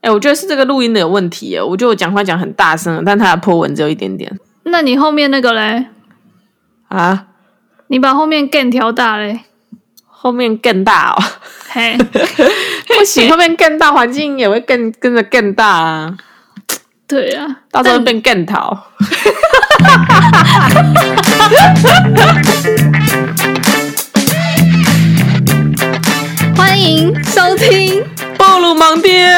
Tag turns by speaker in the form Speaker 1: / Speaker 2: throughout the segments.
Speaker 1: 哎、我觉得是这个录音的有问题耶。我觉得我讲话讲很大声了，但它的波纹只有一点点
Speaker 2: 那你后面那个嘞？
Speaker 1: 啊。
Speaker 2: 你把后面 gain 调大嘞？
Speaker 1: 后面更大哦，
Speaker 2: 嘿，
Speaker 1: 不行，后面更大，环境也会更跟着更大啊，
Speaker 2: 对啊，
Speaker 1: 到时候会变更淘。
Speaker 2: 欢迎收听
Speaker 1: 暴露盲爹，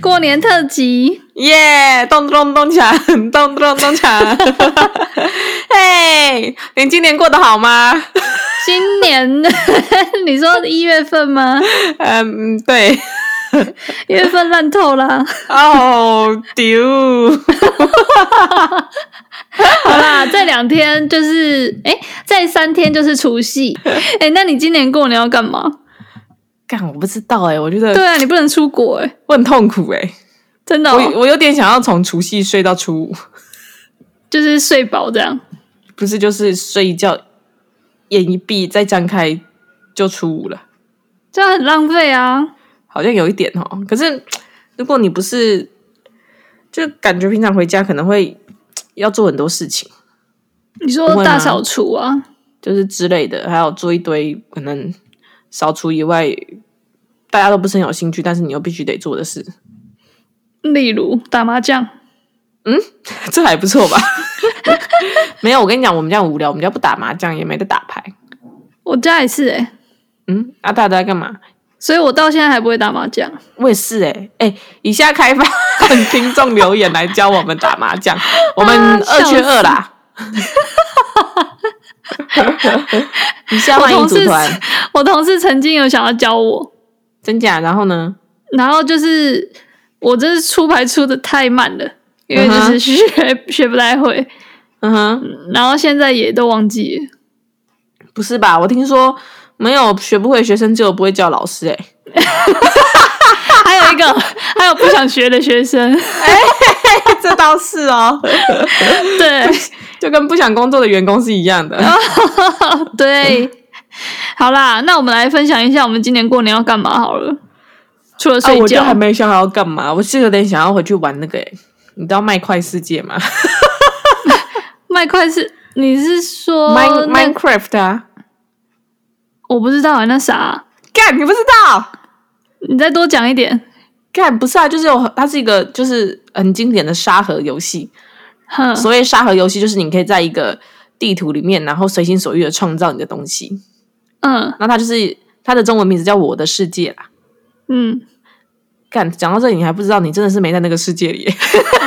Speaker 2: 过年特辑。
Speaker 1: 耶、咚咚咚锵，咚咚咚锵。 嘿，你今年过得好吗？
Speaker 2: 今年 你说一月份吗？
Speaker 1: 嗯，对。
Speaker 2: 一月份烂 透啦。
Speaker 1: 哦，丢，
Speaker 2: 好啦，这两天就是，哎，这三天就是除夕。哎，那你今年过年要干嘛？
Speaker 1: 干，我不知道哎、我觉得
Speaker 2: 对啊，你不能出国哎、
Speaker 1: 我很痛苦哎、
Speaker 2: 真的、哦，
Speaker 1: 我我有点想要从除夕睡到初五，
Speaker 2: 就是睡饱这样。
Speaker 1: 不是就是睡一觉，眼一闭再张开就初五了，
Speaker 2: 这样很浪费啊！
Speaker 1: 好像有一点哦。可是如果你不是，就感觉平常回家可能会要做很多事情，
Speaker 2: 你
Speaker 1: 不
Speaker 2: 说
Speaker 1: 会吗
Speaker 2: 大扫除啊，
Speaker 1: 就是之类的，还有做一堆可能扫除以外大家都不是很有兴趣，但是你又必须得做的事，
Speaker 2: 例如打麻将，
Speaker 1: 这还不错吧？ 没有，我跟你讲，我们家很无聊，我们家不打麻将，也没得打牌。
Speaker 2: 我家也是哎、
Speaker 1: 嗯，啊，大家都在干嘛？
Speaker 2: 所以我到现在还不会打麻将。
Speaker 1: 我也是哎、哎、以下开 放听众留言来教我们打麻 将，我们
Speaker 2: 啊
Speaker 1: 二缺二 啦。以下欢迎
Speaker 2: 我同
Speaker 1: 组
Speaker 2: 事
Speaker 1: 团，
Speaker 2: 我同事曾经有想要教我，
Speaker 1: 真假？然后呢？
Speaker 2: 然后就是我这是出牌出的太慢了，因为就
Speaker 1: 嗯哼
Speaker 2: 是学、学 不太会，
Speaker 1: 嗯哼，
Speaker 2: 然后现在也都忘记了。
Speaker 1: 不是吧？我听说没有学不会的学生，只有不会叫老师哎、
Speaker 2: 还有一个， 还有不想学的学生，
Speaker 1: 这倒是哦，
Speaker 2: 对
Speaker 1: 就跟不想工作的员工是一样的。啊
Speaker 2: 对。好啦，那我们来分享一下我们今年过年要干嘛好了。除了
Speaker 1: 啊，
Speaker 2: 睡
Speaker 1: 我就
Speaker 2: 觉，
Speaker 1: 还没想好要干嘛，我是有点想要回去玩那个哎、你知道麦块世界吗、
Speaker 2: 麦块是你是说
Speaker 1: Mine-
Speaker 2: 那
Speaker 1: Minecraft 啊，
Speaker 2: 我不知道啊那啥啊，
Speaker 1: 干你不知道？
Speaker 2: 你再多讲一点。
Speaker 1: 干不是啊，就是有它是一个就是很经典的沙盒游戏。
Speaker 2: 哼，
Speaker 1: 所谓沙盒游戏，就是你可以在一个地图里面，然后随心所欲的创造你的东西。
Speaker 2: 嗯
Speaker 1: 那它就是它的中文名字叫《我的世界》啦。
Speaker 2: 嗯，
Speaker 1: 干讲到这里，你还不知道，你真的是没在那个世界里耶，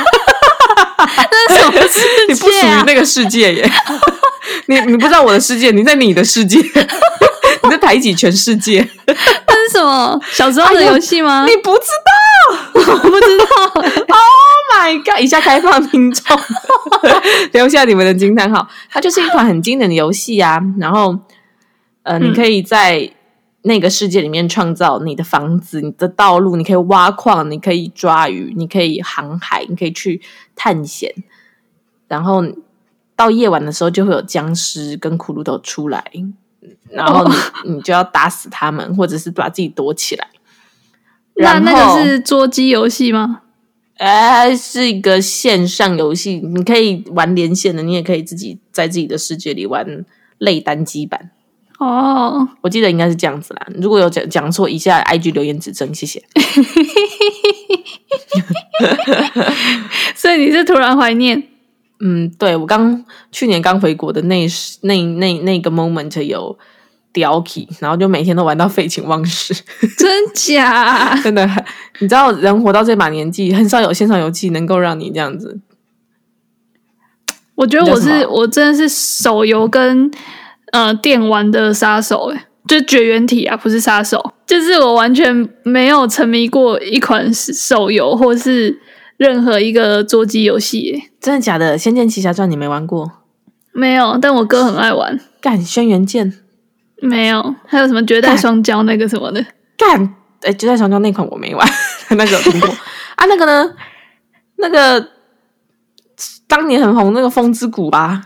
Speaker 2: 那什么世啊
Speaker 1: 你不属
Speaker 2: 界
Speaker 1: 于
Speaker 2: 啊？
Speaker 1: 那个世界耶。 你你不知道我的世界，你在你的世界， 你在排挤全世界，你
Speaker 2: 那是什么小时候的游戏吗？
Speaker 1: 不知道， 我不知道。Oh my god！以下开放听 众，留下你们的惊叹号。它就是一款很经典的游戏啊，然后呃，
Speaker 2: 嗯
Speaker 1: 你可以在那个世界里面创造你的房子、你的道路，你可以挖矿，你可以抓鱼，你可以航海，你可以去探险。然后到夜晚的时候，就会有僵尸跟骷髅头出来，然
Speaker 2: 哦
Speaker 1: 后你、你就要打死他们，或者是把自己躲起来。
Speaker 2: 那
Speaker 1: 然
Speaker 2: 那
Speaker 1: 后
Speaker 2: 个是捉鸡游戏吗？
Speaker 1: 哎，是一个线上游戏，你可以玩连线的，你也可以自己在自己的世界里玩类单机版。
Speaker 2: 哦，
Speaker 1: 我记得应该是这样子啦。如果有讲讲错，以下 IG 留言指正，谢谢。
Speaker 2: 所以你是突然怀念？
Speaker 1: 嗯，对我刚去年刚回国的那时那那那个 moment 有屌起，然后就每天都玩到废寝忘食，
Speaker 2: 真假？
Speaker 1: 真的很。你知道，人活到这把年纪，很少有线上游戏能够让你这样子。
Speaker 2: 我觉得我
Speaker 1: 你叫
Speaker 2: 是
Speaker 1: 什
Speaker 2: 我真的是手游跟呃电玩的杀手哎、就绝缘体啊，不是杀手，就是我完全没有沉迷过一款手游或是任何一个捉鸡游戏、欸，
Speaker 1: 真的假的？《仙剑奇侠传》你没玩过？
Speaker 2: 没有。但我哥很爱玩，
Speaker 1: 干《轩辕剑》
Speaker 2: 没有。还有什么绝代双骄那个什么的，
Speaker 1: 干，哎、就在长江那款我没玩， 那个有听过啊，那个呢，那个当年很红那个《风之谷》啊，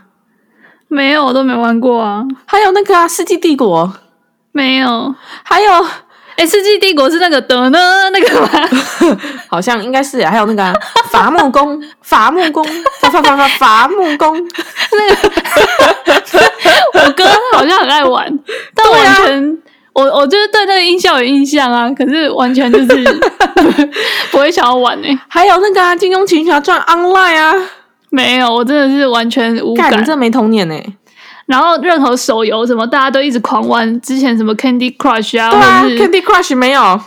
Speaker 2: 没有，我都没玩过啊，
Speaker 1: 还有那个啊《世纪帝国》，
Speaker 2: 没有。
Speaker 1: 还有哎、
Speaker 2: 哎，《世纪帝国》是那个的呢，那个吗？
Speaker 1: 好像应该是，还有那个啊伐木工，伐木工，伐伐伐伐伐木工，
Speaker 2: 我哥好像很爱 玩，但
Speaker 1: 对啊
Speaker 2: 完全、我我就是对那个音效有印象啊，可是完全就是 不会想要玩哎、
Speaker 1: 还有那个啊，《金庸群侠传 Online》啊，
Speaker 2: 没有，我真的是完全无
Speaker 1: 干，
Speaker 2: 感
Speaker 1: 你。这没童年呢、
Speaker 2: 然后任何手游什么，大家都一直狂玩，之前什么 Candy Crush 啊，
Speaker 1: 对啊
Speaker 2: 或者是
Speaker 1: ，Candy Crush 没有，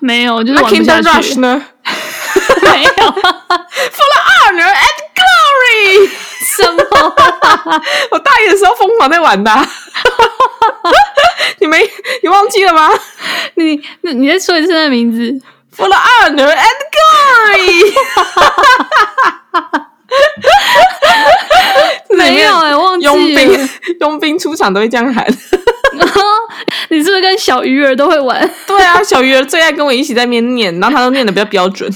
Speaker 2: 没有，就是
Speaker 1: 那
Speaker 2: 玩不
Speaker 1: Kingdom
Speaker 2: 下
Speaker 1: Rush
Speaker 2: 去。
Speaker 1: 呢
Speaker 2: 没有啊
Speaker 1: ？Honor and Glory，
Speaker 2: 什么，
Speaker 1: 我大一的时候疯狂在玩的啊、 你没你忘记了吗
Speaker 2: 你那你再说一次那名字，
Speaker 1: ？For the honor and glory，
Speaker 2: 没有哎、忘记
Speaker 1: 佣兵
Speaker 2: 了。
Speaker 1: 佣兵出场都会这样喊。
Speaker 2: 你是不是跟小鱼儿都会玩？
Speaker 1: 对啊，小鱼儿最爱跟我一起在那边念，然后他都念的比较标准。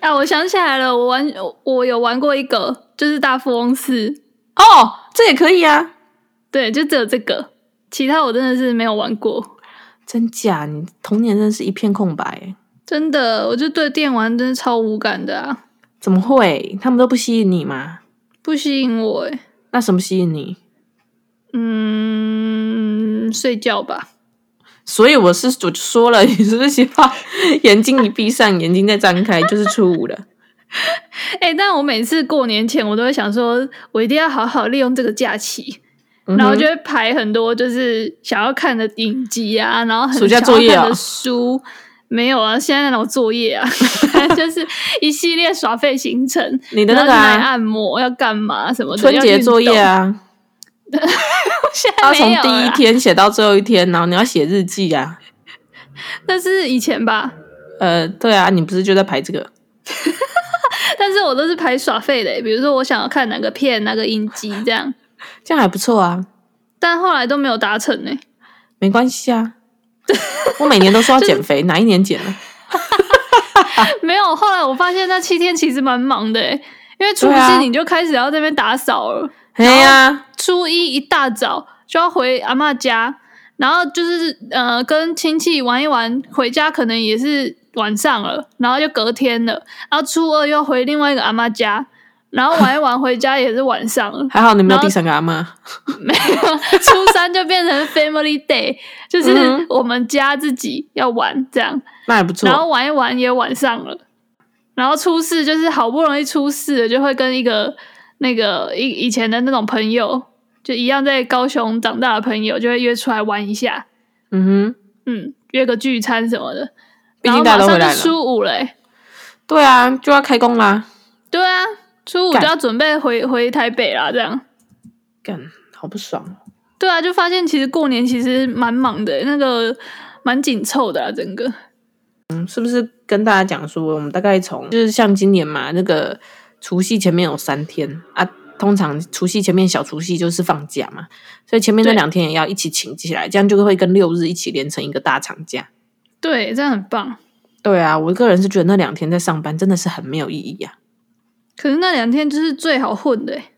Speaker 2: 啊，我想起来了，我玩我我有玩过一个，就是大富翁四，
Speaker 1: 哦，这也可以啊，
Speaker 2: 对，就只有这个，其他我真的是没有玩过。
Speaker 1: 真假？你童年真的是一片空白欸，
Speaker 2: 真的，我就对电玩真的超无感的啊，
Speaker 1: 怎么会？他们都不吸引你吗？
Speaker 2: 不吸引我欸诶、
Speaker 1: 那什么吸引你？
Speaker 2: 嗯，睡觉吧。
Speaker 1: 所以我是我就说了， 你是不是希望眼睛一闭上，眼睛再张开 就是初五了？
Speaker 2: 哎、但我每次过年前，我都会想说，我一定要好好利用这个假期，
Speaker 1: 嗯
Speaker 2: 然后就会排很多就是想要看的影集啊，然后很
Speaker 1: 暑假
Speaker 2: 想要
Speaker 1: 作业啊
Speaker 2: 看的书。没有啊，现在那种作业啊， 就是一系列耍废行程。
Speaker 1: 你的那个
Speaker 2: 然后
Speaker 1: 啊
Speaker 2: 要来按摩要干嘛什么的？
Speaker 1: 春节作业
Speaker 2: 要运动，
Speaker 1: 啊，
Speaker 2: 现在
Speaker 1: 要
Speaker 2: 没
Speaker 1: 从
Speaker 2: 有啊
Speaker 1: 第一
Speaker 2: 了啦，
Speaker 1: 天写到最后一天，然后你要写日记啊。
Speaker 2: 那是以前吧。
Speaker 1: 呃，对啊，你不是就在排这个？
Speaker 2: 但是我都是排耍废的、欸比如说我想要看哪个片、哪个影集这样，
Speaker 1: 这样还不错啊，
Speaker 2: 但后来都没有达成欸呢、
Speaker 1: 没关系 啊。我每年都说要减肥，哪一年减了？啊
Speaker 2: 没有，后来我发现那七天其实蛮忙的、欸，因为除
Speaker 1: 对啊
Speaker 2: 夕你就开始要这边打扫了，
Speaker 1: 哎呀，
Speaker 2: 初一一大早就要回阿嬷家，然后就是呃跟亲戚玩一玩，回家可能也是晚上了，然后就隔天了，然后初二又回另外一个阿嬷家。然后玩一玩回家也是晚 上 了，
Speaker 1: 还好你没有第三个阿妈。
Speaker 2: 初三就变成 family day，就是
Speaker 1: 嗯哼
Speaker 2: 我们家自己要玩这样，
Speaker 1: 那还不错
Speaker 2: 然。后玩一玩也晚上了，然后初四就是好不容易初四了，就会跟一个那个以以前的那种朋友，就一样在高雄长大的朋友，就会约出来玩一下，
Speaker 1: 嗯哼，
Speaker 2: 嗯，约个聚餐什么的。
Speaker 1: 毕
Speaker 2: 然
Speaker 1: 竟
Speaker 2: 后
Speaker 1: 大
Speaker 2: 马
Speaker 1: 家都回
Speaker 2: 上就
Speaker 1: 来了。
Speaker 2: 初五了、欸，
Speaker 1: 对啊，就要开工啦。
Speaker 2: 对啊，初五就
Speaker 1: 干
Speaker 2: 要准备回回台北啦，这样。
Speaker 1: 干，好不爽哦。
Speaker 2: 对啊，就发现其实过年其实蛮忙的欸、那个蛮紧凑的啦，啊整个。
Speaker 1: 嗯，是不是跟大家讲说，我们大概从就是像今年嘛，那个除夕前面有三天啊，通常除夕前面小除夕就是放假嘛，所以前面那
Speaker 2: 对
Speaker 1: 两天也要一起请起来，这样就会跟六日一起连成一个大长假。
Speaker 2: 对，这样很棒。
Speaker 1: 对啊，我个人是觉得那两天在上班真的是很没有意义啊，
Speaker 2: 可是那两天就是最好混的欸、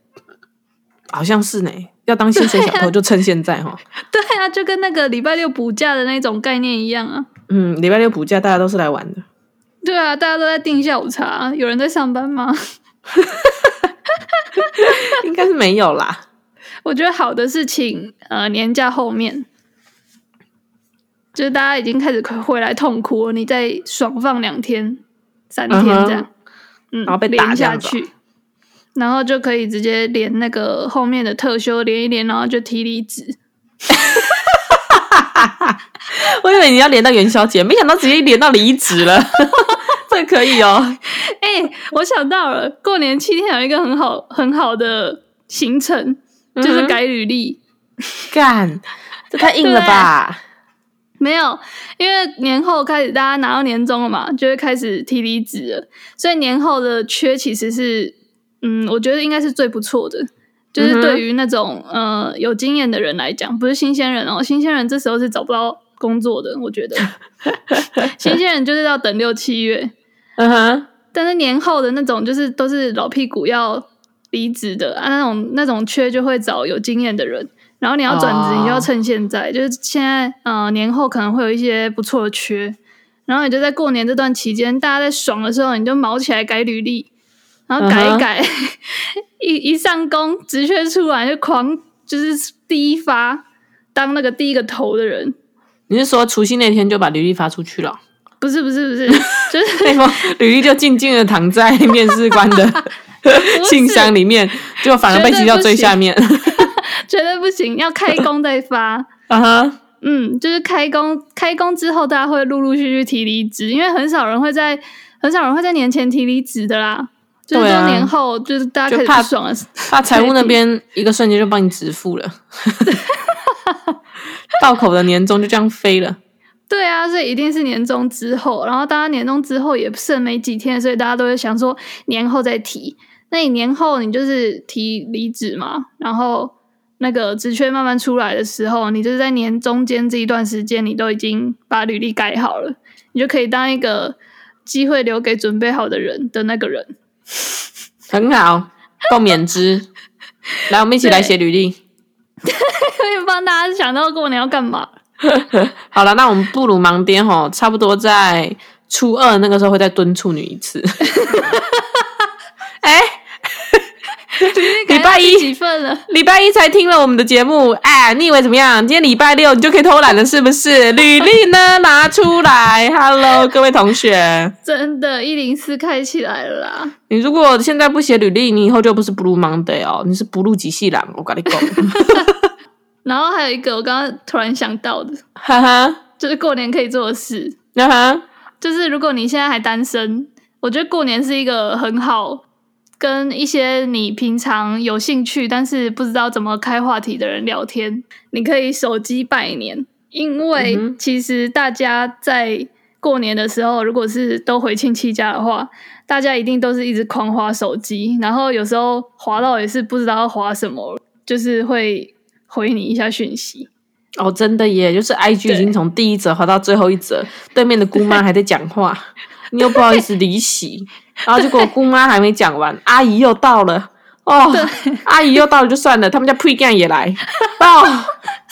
Speaker 1: 好像是呢，要当薪水小偷就趁现在哈。
Speaker 2: 对啊，就跟那个礼拜六补假的那种概念一样啊。
Speaker 1: 嗯，礼拜六补假大家都是来 玩的，
Speaker 2: 对啊，大家都在订下午茶，啊有人在上班吗？
Speaker 1: 应该是没有啦。
Speaker 2: 我觉得好的是请呃年假后面，就是大家已经开始回来痛苦了，你再爽放两天、三天这样，嗯，
Speaker 1: 然后被打
Speaker 2: 连
Speaker 1: 这
Speaker 2: 下
Speaker 1: 样子哦
Speaker 2: 去，然后就可以直接连那个后面的特休连一连，然后就提离职。
Speaker 1: 我以为你要连到元宵节，没想到直接连到离职了， 这可以哦。
Speaker 2: 哎、我想到了，过年七天有一个很好很好的行程，就是
Speaker 1: 嗯
Speaker 2: 改履历。
Speaker 1: 干，这太硬了吧？
Speaker 2: 没有，因为年后开始大家拿到年终了嘛，就会开始提离职了，所以年后的缺其实是，嗯，我觉得应该是最不错的，就是对于那种、呃有经验的人来讲，不是新鲜人哦，新鲜人这时候是找不到工作的，我觉得，新鲜人就是要等六七月，
Speaker 1: 嗯哼，
Speaker 2: 但是年后的那种就是都是老屁股要离职的啊，那种那种缺就会找有经验的人，然后你要转职，
Speaker 1: 哦
Speaker 2: 你就要趁现在，就是现在呃年后可能会有一些不错的缺，然后你就在过年这段期间，大家在爽的时候，你就毛起来改履历，然后改
Speaker 1: 嗯
Speaker 2: 一
Speaker 1: 哼
Speaker 2: 改，一一上工职缺出来就狂就是第一发当那个第一个头的人，
Speaker 1: 你是说除夕那天就把履历发出去了？
Speaker 2: 不是不是不是，就是
Speaker 1: 对吗？履历就静静的躺在面试官 的信箱里面，就反而被踢到最下面。
Speaker 2: 绝对不行，要开工再发。
Speaker 1: 啊哈，
Speaker 2: 嗯，就是开工，开工之后大家会陆陆续续提离职，因为很少人会在很少人会在年前提离职的啦，就是
Speaker 1: 对
Speaker 2: 说
Speaker 1: 啊
Speaker 2: 年后、就是大家
Speaker 1: 就
Speaker 2: 开始
Speaker 1: 怕
Speaker 2: 不爽了，
Speaker 1: 把财 务那边一个瞬间就帮你止付了， 到口的年终就这样飞了。
Speaker 2: 对啊，所以一定是年终之后，然后大家年终之后也剩没几天，所以大家都会想说年后再提。那你年后你就是提离职嘛，然后那个职缺慢慢出来的时候，你就是在年中间这一段时间，你都已经把履历改好了，你就可以当一个机会留给准备好的人的那个人。
Speaker 1: 很好，共勉之。来，我们一起来写履历。
Speaker 2: 可以帮大家想到过年要干嘛？
Speaker 1: 好了，那我们布鲁盲颠吼，差不多在初二那个时候会再蹲处女一次。 哎、礼拜一
Speaker 2: 改到第几份了？
Speaker 1: 礼拜一才听了我们的节目，哎，你以为怎么样？今天礼拜六你就可以偷懒了，是不是？履历呢？拿出来，Hello，各位同学，
Speaker 2: 真的，一零四开起来了啦！
Speaker 1: 你如果现在不写履历，你以后就不是 Blue Monday 哦，你是 Blue 极细狼，我跟你讲，
Speaker 2: 然后还有一个我刚刚突然想到的，
Speaker 1: 哈哈，
Speaker 2: 就是过年可以做的事，
Speaker 1: 那哈，
Speaker 2: 就是如果你现在还单身，我觉得过年是一个很好跟一些你平常有兴趣但是不知道怎么开话题的人聊天。你可以手机拜年，因为
Speaker 1: 嗯哼
Speaker 2: 其实大家在过年的时候，如果是都回亲戚家的话，大家一定都是一直狂滑手机，然后有时候滑到也是不知道要滑什么，就是会回你一下讯息。
Speaker 1: 哦，真的耶，就是 IG
Speaker 2: 对
Speaker 1: 已经从第一则滑到最后一则，对面的姑妈还在讲话， 你又不好意思离席，然后结果姑妈还没讲完，阿姨又到了，哦，阿姨又到了就算了，他们家 Pre Gan 也来，哦，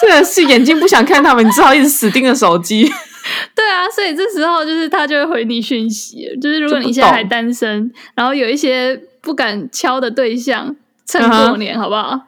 Speaker 1: 真的是眼睛不想看他们，你只好一直死盯着手 机，
Speaker 2: 对啊，所以这时候就是他就会回你讯息，就是如果
Speaker 1: 就
Speaker 2: 你
Speaker 1: 不
Speaker 2: 现在还
Speaker 1: 懂
Speaker 2: 单身，然后有一些不敢敲的对象，趁
Speaker 1: 嗯
Speaker 2: 过
Speaker 1: 哼
Speaker 2: 年、好不好？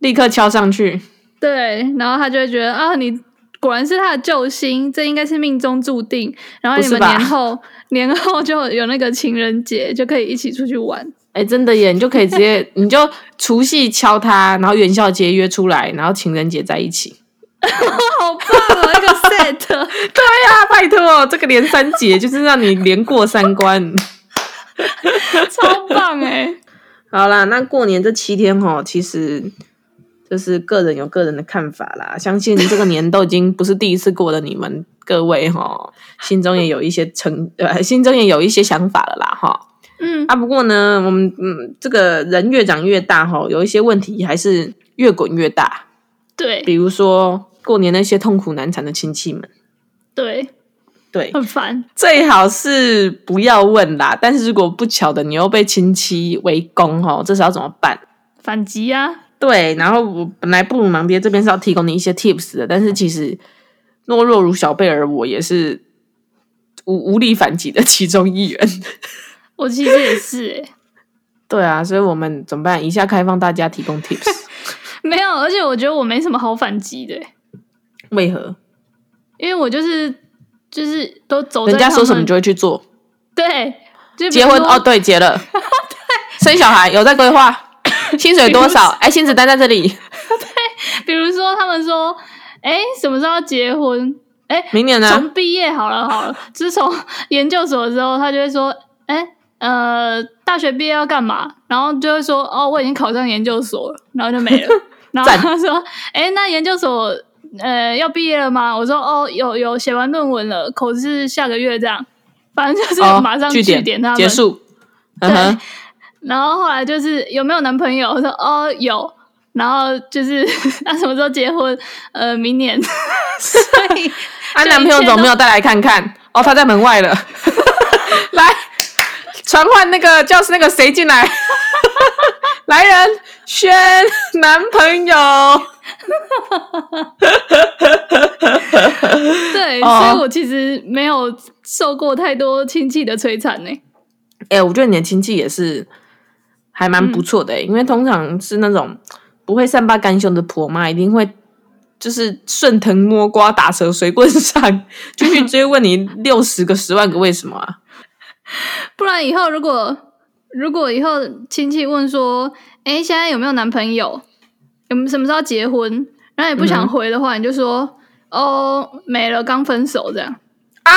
Speaker 1: 立刻敲上去，
Speaker 2: 对，然后他就会觉得啊，你果然是他的救星，这应该是命中注定。然后
Speaker 1: 不
Speaker 2: 你
Speaker 1: 是
Speaker 2: 们
Speaker 1: 吧
Speaker 2: 年后年后就有那个情人节，就可以一起出去玩。
Speaker 1: 哎，真的耶，你就可以直接，你就除夕敲他，然后元宵节约出来，然后情人节在一起。
Speaker 2: 好棒哦，一个 set，
Speaker 1: 对呀、 拜托，这个连三节就是让你连过三关。
Speaker 2: 超棒哎！
Speaker 1: 好啦，那过年这七天哦，其实就是个人有个人的看法啦。相信这个年都已经不是第一次过的你们各位 哈，心中也有一些成呃，心中也有一些想法了啦哈。
Speaker 2: 嗯，
Speaker 1: 啊，不过呢，我们嗯，这个人越长越大哈，有一些问题还是越滚越大。
Speaker 2: 对
Speaker 1: 比如说过年那些痛苦难缠的亲戚们，
Speaker 2: 对，
Speaker 1: 对，
Speaker 2: 很烦。
Speaker 1: 最好是不要问啦。但是如果不巧的你又被亲戚围攻哦，这时候怎么办？
Speaker 2: 反击啊！
Speaker 1: 对，然后我本来布鲁盲爹这边是要提供你一些 tips 的，但是其实懦弱如小贝尔，我也是无无力反击的其中一员。
Speaker 2: 我其实也是哎、
Speaker 1: 对啊，所以我们怎么办？以下开放大家提 供 tips，
Speaker 2: 没有，而且我觉得我没什么好反击的欸、
Speaker 1: 为何
Speaker 2: 因为我就是就是都走在
Speaker 1: 人家说什么
Speaker 2: 他们
Speaker 1: 就会去做？
Speaker 2: 对，就比
Speaker 1: 结
Speaker 2: 如
Speaker 1: 婚
Speaker 2: 说
Speaker 1: 哦，对，结 了，生小孩有在规划，薪水多少？哎，薪水单在这里，
Speaker 2: 比如说他们说，哎，什么时候要结婚？哎，
Speaker 1: 明年呢？
Speaker 2: 从毕业好了好了，自从 研究所之后，他就会说，哎。呃，大学毕业要干嘛？然后就会说，哦，我已经考上研究所了，然后就 没了。然后
Speaker 1: 赞
Speaker 2: 他说，哎，那研究所呃要毕业了吗？我说，哦，有有写完论文了，口试下个月这样，反正就是
Speaker 1: 哦，
Speaker 2: 马上
Speaker 1: 据
Speaker 2: 据
Speaker 1: 点
Speaker 2: 点他们
Speaker 1: 结束。嗯哼，
Speaker 2: 然后后来就是有没有男朋友？我说哦有，然后就是 那什么时候结婚？呃，明年。 所以
Speaker 1: 啊，
Speaker 2: 就
Speaker 1: 男朋友
Speaker 2: 一切
Speaker 1: 怎么
Speaker 2: 都
Speaker 1: 没有带来看看？哦，他在门 外了。来，传唤那个教室那个谁 进来。来人，宣男朋友。
Speaker 2: 对，
Speaker 1: 哦
Speaker 2: 所以我其实没有受过太多亲戚的摧残呢、
Speaker 1: 哎、我觉得你的亲戚也是还蛮不错
Speaker 2: 嗯
Speaker 1: 的、欸因为通常是那种不会善罢甘休的婆妈，一定会就是顺藤摸瓜、打蛇随棍上，就去追问你六十个、十万个为什么啊？
Speaker 2: 不然以后如果如果以后亲戚问说，哎、现在有没有男朋友？有没有什么时候要结婚？
Speaker 1: 嗯
Speaker 2: 然后你不想回的话，你就说哦没了，刚分手这样。
Speaker 1: 哎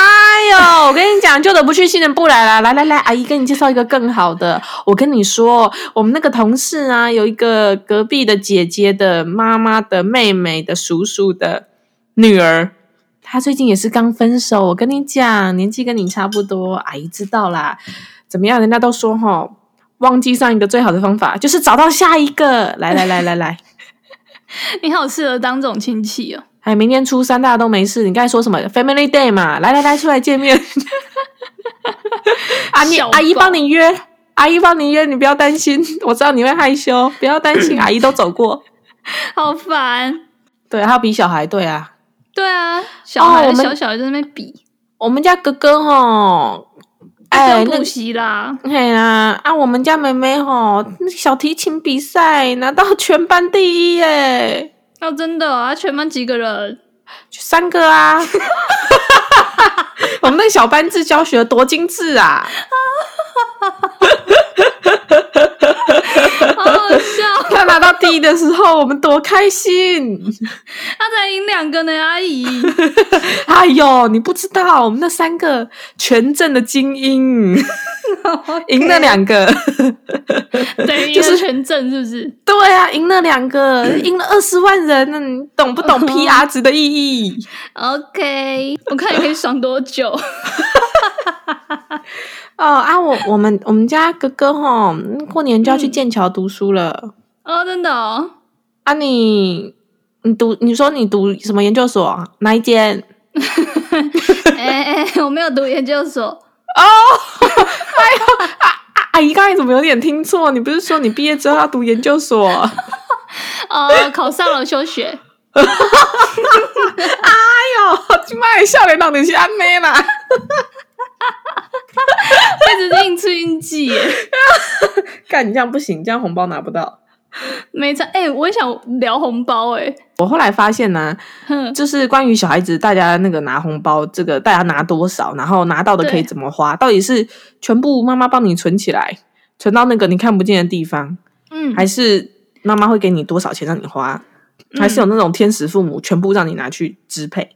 Speaker 1: 呦，我跟你讲，旧的不去，新的不来啦！来来来，阿姨给你介绍一个更好的。我跟你说，我们那个同事啊，有一个隔壁的姐姐的妈妈的妹妹的叔叔的女儿，她最近也是刚分手。我跟你讲，年纪跟你差不多，阿姨知道啦。怎么样？人家都说哈，忘记上一个最好的方法就是找到下一个。来来来来来，
Speaker 2: 你好适合当这种亲戚哦。
Speaker 1: 哎，明天初三大家都没事，你刚才说什么 Family Day 嘛？来来来，出来见面。 阿你
Speaker 2: 小
Speaker 1: 阿姨
Speaker 2: 狗
Speaker 1: 帮你约，阿姨帮你约，你不要担心，我知道你会害羞，不要担心，阿姨都走过。
Speaker 2: 好烦。
Speaker 1: 对，还要比小孩，对啊，
Speaker 2: 对啊，小孩、
Speaker 1: 哦我们
Speaker 2: 小小的在那边比，
Speaker 1: 我们家哥哥吼，哎，
Speaker 2: 真
Speaker 1: 那
Speaker 2: 不惜啦。
Speaker 1: 嘿啊啊，我们家妹妹吼，那小提琴比赛拿到全班第一耶，
Speaker 2: 哦，真的啊，全班几个人？
Speaker 1: 三个啊。 我们那小班制教学多精致啊！
Speaker 2: 好好 笑，
Speaker 1: 他拿到第一的时候，我们多开 心！
Speaker 2: 他才赢两个呢，阿 姨。
Speaker 1: 哎呦，你不知道，我们那三个全镇的精 英赢了两 个，
Speaker 2: 对，
Speaker 1: 就
Speaker 2: 就是是全正，是不是？
Speaker 1: 对啊，赢了两个，赢了二十万人，那你懂不 懂 PR 值的意义？
Speaker 2: OK，我看你可以爽多久？
Speaker 1: 哦啊，我我们我们家哥哥吼，过年就要去剑桥读书了。
Speaker 2: 哦，真的哦，
Speaker 1: 啊你，你读你说你读什么研究所？啊哪一间？
Speaker 2: 哎、哎、我没有读研究所，
Speaker 1: 啊阿姨刚才怎么有点听错？你不是说你毕业之后要读研究 所？
Speaker 2: 哦，考上了休学，
Speaker 1: 哎呦，妈的，笑脸让你去安妹啦！
Speaker 2: 这只是应出应记耶，
Speaker 1: 干，你这样不行，这样红包拿不到。
Speaker 2: 没差。哎、我也想聊红包哎、
Speaker 1: 我后来发现呢、
Speaker 2: 哼，
Speaker 1: 就是关于小孩子大家那个拿红包，这个大家拿多少，然后拿到的可以
Speaker 2: 对
Speaker 1: 怎么花，到底是全部妈妈帮你存起来，存到那个你看不见的地方，
Speaker 2: 嗯，
Speaker 1: 还是妈妈会给你多少钱让你花，还是有那种天使父母全部让你拿去支配？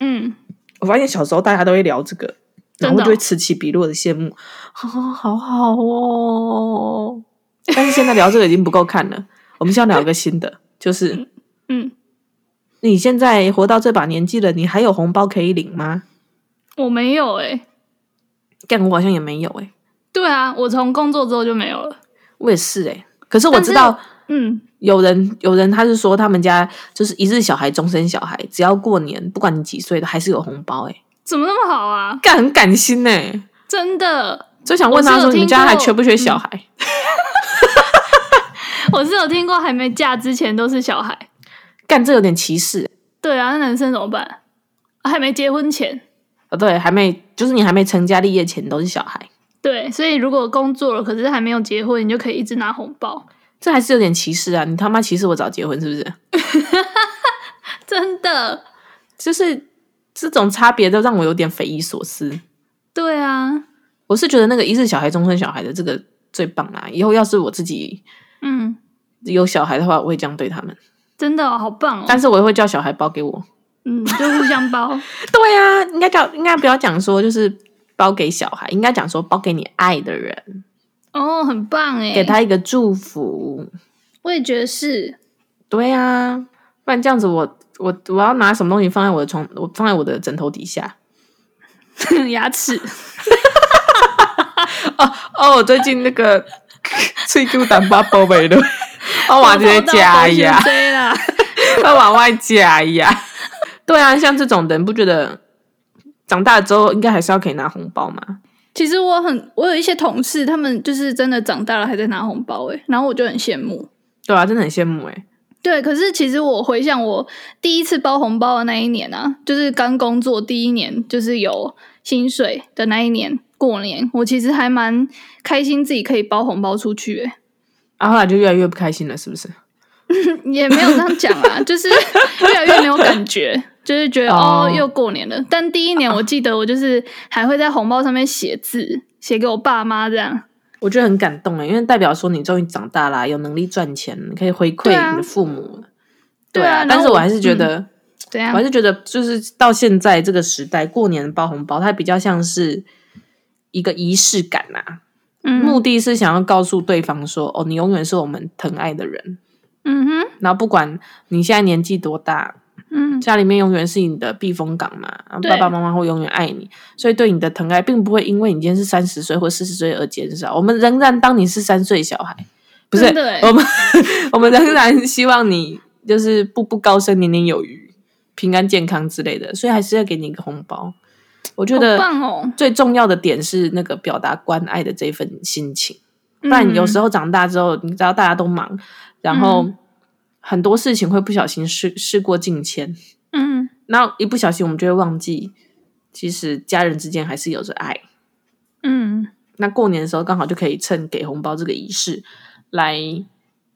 Speaker 2: 嗯，
Speaker 1: 我发现小时候大家都会聊这个，然后
Speaker 2: 真的哦
Speaker 1: 就会此起彼落的羡慕，哦，好好哦。 但是现在聊这个已经不够看了，我们先聊一个新的，就是
Speaker 2: 嗯，
Speaker 1: 你现在活到这把年纪了，你还有红包可以领吗？
Speaker 2: 我没有哎、
Speaker 1: 干，我好像也没有诶、
Speaker 2: 对啊，我从工作之后就没有了。
Speaker 1: 我也是诶、可是我
Speaker 2: 但是
Speaker 1: 知道
Speaker 2: 嗯，
Speaker 1: 有人有人他是说他们家就是一日小孩终身小孩，只要过年不管你几岁的还是有红包诶、欸
Speaker 2: 怎么那么好啊？
Speaker 1: 干很感欸心诶、
Speaker 2: 真的，
Speaker 1: 就想问
Speaker 2: 我
Speaker 1: 他
Speaker 2: 是有
Speaker 1: 说你
Speaker 2: 听
Speaker 1: 们家还
Speaker 2: 过
Speaker 1: 缺不缺小孩？
Speaker 2: 我是有听过，还没嫁之前都是小孩。
Speaker 1: 干这有点歧视、
Speaker 2: 对啊，那男生怎么办？还没结婚前，
Speaker 1: 哦，对，还没，就是你还没成家立业前都是小孩，
Speaker 2: 对，所以如果工作了，可是还没有结婚，你就可以一直拿红包，
Speaker 1: 这还是有点歧视啊！你他妈歧视我早结婚是不是？
Speaker 2: 真的。
Speaker 1: 就是这种差别都让我有点匪夷所思。
Speaker 2: 对啊，
Speaker 1: 我是觉得那个一日小孩终身小孩的这个最棒啦、以后要是我自己
Speaker 2: 嗯，
Speaker 1: 有小孩的话，我会这样对他们，
Speaker 2: 真的哦、好棒
Speaker 1: 但
Speaker 2: 哦。
Speaker 1: 是我也会叫小孩包给我。
Speaker 2: 嗯，就互相包，
Speaker 1: 对啊，应该叫应该不要讲说就是包给小孩，应该讲说包给你爱的人，
Speaker 2: 哦，很棒哎。
Speaker 1: 给，他一个祝福。
Speaker 2: 我也觉得是。
Speaker 1: 对啊，不然这样子我我我要拿什么东西放在我的床，我放在我的枕头底下。
Speaker 2: 牙齿，
Speaker 1: 哦，我最近那个 喙骨淡薄薄没 了，我
Speaker 2: 哇，
Speaker 1: 往这些加呀，
Speaker 2: 对啦，
Speaker 1: 我往外加呀。对啊，像这种人，不觉得长大之后应该还是要可以拿红包吗？
Speaker 2: 其实我很，我有一些同事，欸他们就是真的长大了还在拿红包哎，然后我就很羡慕。
Speaker 1: 对啊，真的很羡慕哎、
Speaker 2: 对，可是其实我回想我第一次包红包的那一年啊，就是刚工作第一年，就是有薪水的那一年过年，我其实还蛮开心自己可以包红包出去、欸，
Speaker 1: 啊，后来就越来越不开心了，是不是？
Speaker 2: 也没有这样讲 啊，就是越来越没有感觉，就是觉得
Speaker 1: 哦
Speaker 2: 哦又过年了。但第一年我记得我就是还会在红包上面写字，写给我爸妈这样。
Speaker 1: 我觉得很感动哎，因为代表说你终于长大啦，有能力赚钱，你可以回馈
Speaker 2: 对啊
Speaker 1: 你的父母了。
Speaker 2: 对啊然后
Speaker 1: 但是我
Speaker 2: 我
Speaker 1: 还是觉得，
Speaker 2: 怎
Speaker 1: 我
Speaker 2: 样
Speaker 1: 还？是觉得，就是到现在这个时代，过年包红包，它比较像是一个仪式感呐、目
Speaker 2: 嗯
Speaker 1: 的是想要告诉对方说，哦，你永远是我们疼爱的人。
Speaker 2: 嗯哼
Speaker 1: 然后不管你现在年纪多大，
Speaker 2: 嗯，
Speaker 1: 家里面永远是你的避风港嘛，啊
Speaker 2: 对
Speaker 1: 爸爸妈妈会永远爱你，所以对你的疼爱并不会因为你今天是三十岁或四十岁而减少。我们仍然当你是三岁小孩，不是
Speaker 2: 真的欸
Speaker 1: 我们我们仍然希望你就是步步高升，年年有余，平安健康之类的，所以还是要给你一个红包。我觉
Speaker 2: 好
Speaker 1: 得
Speaker 2: 棒哦！
Speaker 1: 最重要的点是那个表达关爱的这份心情。
Speaker 2: 不
Speaker 1: 不然有时
Speaker 2: 候
Speaker 1: 候长大之后，你知道大家都忙，然后很多事情会不小心事事过境迁，
Speaker 2: 嗯
Speaker 1: 那一不小心我们就会忘记，其实家人之间还是有着爱。
Speaker 2: 嗯
Speaker 1: 那过年的时候刚好就可以趁给红包这个仪式，来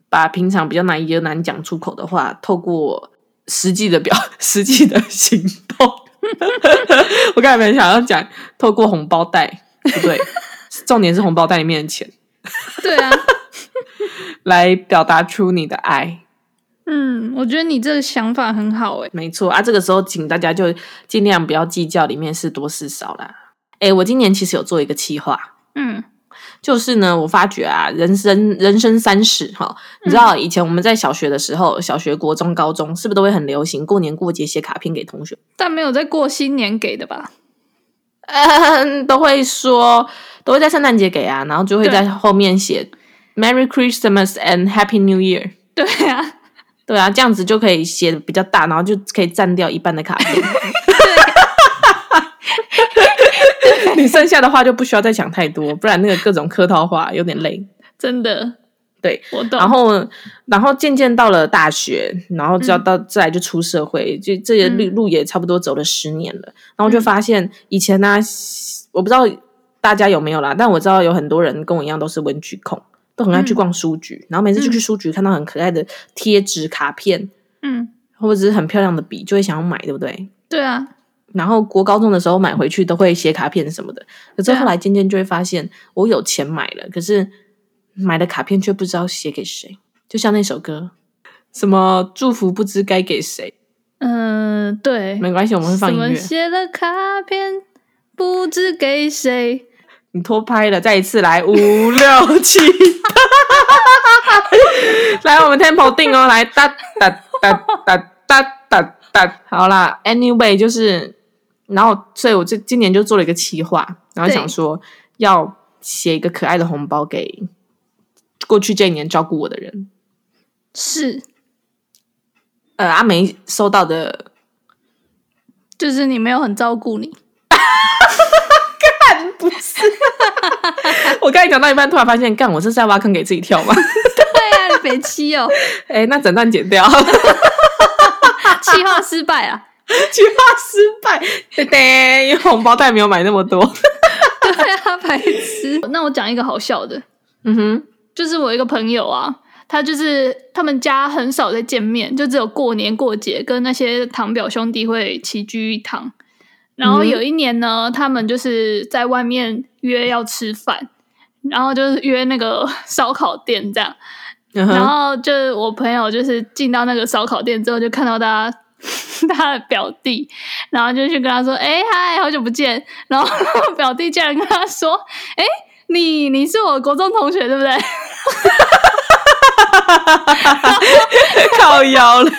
Speaker 1: 把平常比较难也难讲出口的话，透过实际的表 实际的行动。 我刚才本来想要讲，透过红包袋，不对， 重点是红包袋里面的钱。
Speaker 2: 对啊，
Speaker 1: 来表达出你的爱。
Speaker 2: 嗯，我觉得你这个想法很好欸诶、
Speaker 1: 没错啊，这个时候请大家就尽量不要计较里面是多是少啦。诶，我今年其实有做一个企划，
Speaker 2: 嗯
Speaker 1: 就是呢，我发觉啊，人生人生三十哈，你知道以前我们在小学的时候，小学、国中、高中是不是都会很流行过年过节写卡片给同学？
Speaker 2: 但没有在过新年给的吧？
Speaker 1: 嗯，都会说，都会在圣诞节给啊，然后就会
Speaker 2: 对
Speaker 1: 在后面写 Merry Christmas and Happy New Year。
Speaker 2: 对啊，
Speaker 1: 对啊，这样子就可以写得比较大，然后就可以占掉一半的卡 片。你剩下的话就不需要再想太多，不然那个各种客套话有点累。
Speaker 2: 真的，
Speaker 1: 对，
Speaker 2: 我懂。
Speaker 1: 然后，然后渐渐到了大学，然后就
Speaker 2: 嗯
Speaker 1: 要到、再来就出社会，就这些路路也差不多走了十年了。然后
Speaker 2: 嗯
Speaker 1: 就发现以前呢、我不知道大家有没有啦，但我知道有很多人跟我一样都是文具控，都很爱去
Speaker 2: 嗯
Speaker 1: 逛书局。然后每次就去书局看到很可爱的贴纸、卡片，
Speaker 2: 嗯，
Speaker 1: 或者是很漂亮的笔，就会想要买，对不对？
Speaker 2: 对啊，
Speaker 1: 然后国高中的时候买回去都会写卡片什么的，可是
Speaker 2: 对啊
Speaker 1: 后来渐渐就会发现，我有钱买了，可是买的卡片却不知道写给谁。就像那首歌，什么祝福不知该给谁，
Speaker 2: 嗯、对，
Speaker 1: 没关系，我们会放
Speaker 2: 什
Speaker 1: 音
Speaker 2: 么
Speaker 1: 乐。
Speaker 2: 写了卡片不知给谁？
Speaker 1: 你偷拍了，再一次来，五六七，来我们 tempo 定哦，来哒哒哒哒哒哒哒，好啦，anyway 就是，然后所以我这今年就做了一个企划，然后
Speaker 2: 对
Speaker 1: 想说要写一个可爱的红包给过去这一年照顾我的人，
Speaker 2: 是，
Speaker 1: 呃，阿梅收到的，
Speaker 2: 就是你没有很照顾你。
Speaker 1: 我刚才讲到一半，突然发现，干，我是在挖坑给自己跳 吗？
Speaker 2: 对啊，你北七哦，
Speaker 1: 哎、那整段剪 掉。
Speaker 2: 计划失败啊。
Speaker 1: 计划失败，对 对，因为红包袋没有买那么多。
Speaker 2: 对啊，白痴。 那我讲一个好笑的，
Speaker 1: 嗯哼，
Speaker 2: 就是我一个朋友啊，他就是他们家很少在见面，就只有过年过节跟那些堂表兄弟会齐聚一堂。然后
Speaker 1: 嗯
Speaker 2: 有一年呢，他们就是在外面约要吃饭，然后就是约那个烧烤店这样。
Speaker 1: 嗯
Speaker 2: 然
Speaker 1: 哼，
Speaker 2: 后就是我朋友就是进到那个烧烤店之后，就看到他 他的表弟，然后就去跟他说：“哎、嗨，好久不见。”然后 表弟竟然跟他说：“哎、你你是我国中同学对不对？”
Speaker 1: 靠腰了，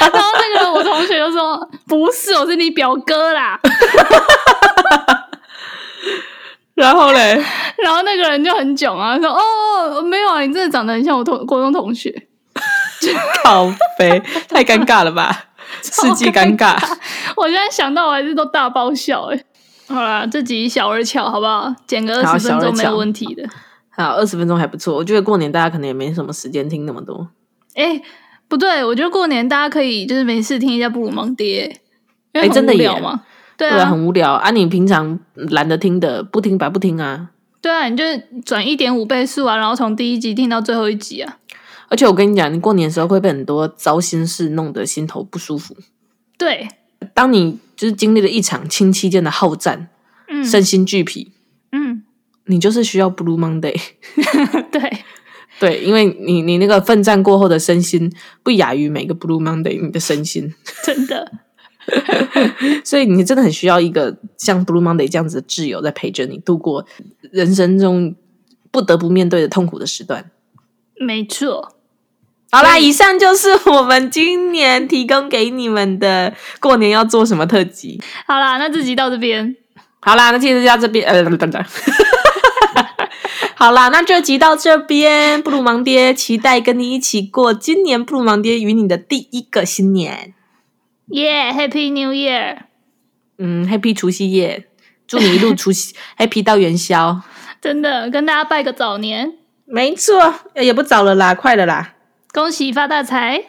Speaker 2: 然后那个我同学就说：“不是，我是你表哥啦。
Speaker 1: 然后 嘞，”
Speaker 2: 然后那个人就很囧啊，说：“哦，没有啊，你真的长得很像我同国中同学。”
Speaker 1: 靠背，太尴尬了吧，世纪尴尬。
Speaker 2: 我现在想到我还是都大爆笑哎、好啦，这集小而巧好不好？剪个
Speaker 1: 好
Speaker 2: 二十分钟没
Speaker 1: 小而巧
Speaker 2: 有问题的。
Speaker 1: 好，二十分钟还不错，我觉得过年大家可能也没什么时间听那么多。
Speaker 2: 哎、不对，我觉得过年大家可以就是没事听一下布鲁蒙爹，欸因
Speaker 1: 哎
Speaker 2: 为
Speaker 1: 真的
Speaker 2: 很无聊
Speaker 1: 耶
Speaker 2: 嘛。对
Speaker 1: 对啊，
Speaker 2: 啊，
Speaker 1: 很无聊啊！你平常懒得听的，不听白不听啊！
Speaker 2: 对啊，你就转一点五倍速啊，然后从第一集听到最后一集啊。
Speaker 1: 而且我跟你讲，你过年的时候会被很多糟心事弄得心头不舒服。
Speaker 2: 对，
Speaker 1: 当你就是经历了一场亲戚间的好战，
Speaker 2: 嗯
Speaker 1: 身心俱疲，
Speaker 2: 嗯，
Speaker 1: 你就是需要 Blue Monday。
Speaker 2: 对
Speaker 1: 对，因为你你那个奋战过后的身心，不亚于每个 Blue Monday 你的身心，
Speaker 2: 真的，
Speaker 1: 所以你真的很需要一个像 Blue Monday 这样子的挚友在陪着你度过人生中不得不面对的痛苦的时段。
Speaker 2: 没错。
Speaker 1: 好啦，以上就是我们今年提供给你们的过年要做什么特辑。
Speaker 2: 好啦，那这集到这边，
Speaker 1: 好啦，那今天就到这边，呃，等等。好啦，那这集到这边，布鲁芒爹期待跟你一起过今年布鲁芒爹与你的第一个新年。
Speaker 2: 耶、yeah,，Happy New Year！
Speaker 1: 嗯，Happy 除夕夜，祝你一路除夕 Happy 到元宵。
Speaker 2: 真的跟大家拜个早年，
Speaker 1: 没错，也不早了啦，快了啦，
Speaker 2: 恭喜发大财！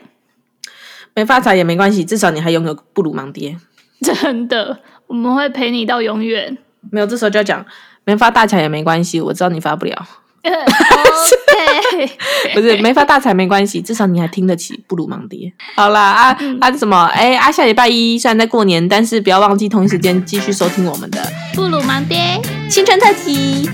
Speaker 1: 没发财也没关系，至少你还拥有布鲁芒爹。
Speaker 2: 真的，我们会陪你到永远。
Speaker 1: 没有，这时候就要讲没发大财也没关系，我知道你发不了，
Speaker 2: OK，
Speaker 1: 不是没发大财没关系，至少你还听得起布鲁芒爹。好啦，啊、啊什么？哎啊，下礼拜一虽然在过年，但是不要忘记同一时间继续收听我们的
Speaker 2: 布鲁芒爹，
Speaker 1: 新春特辑。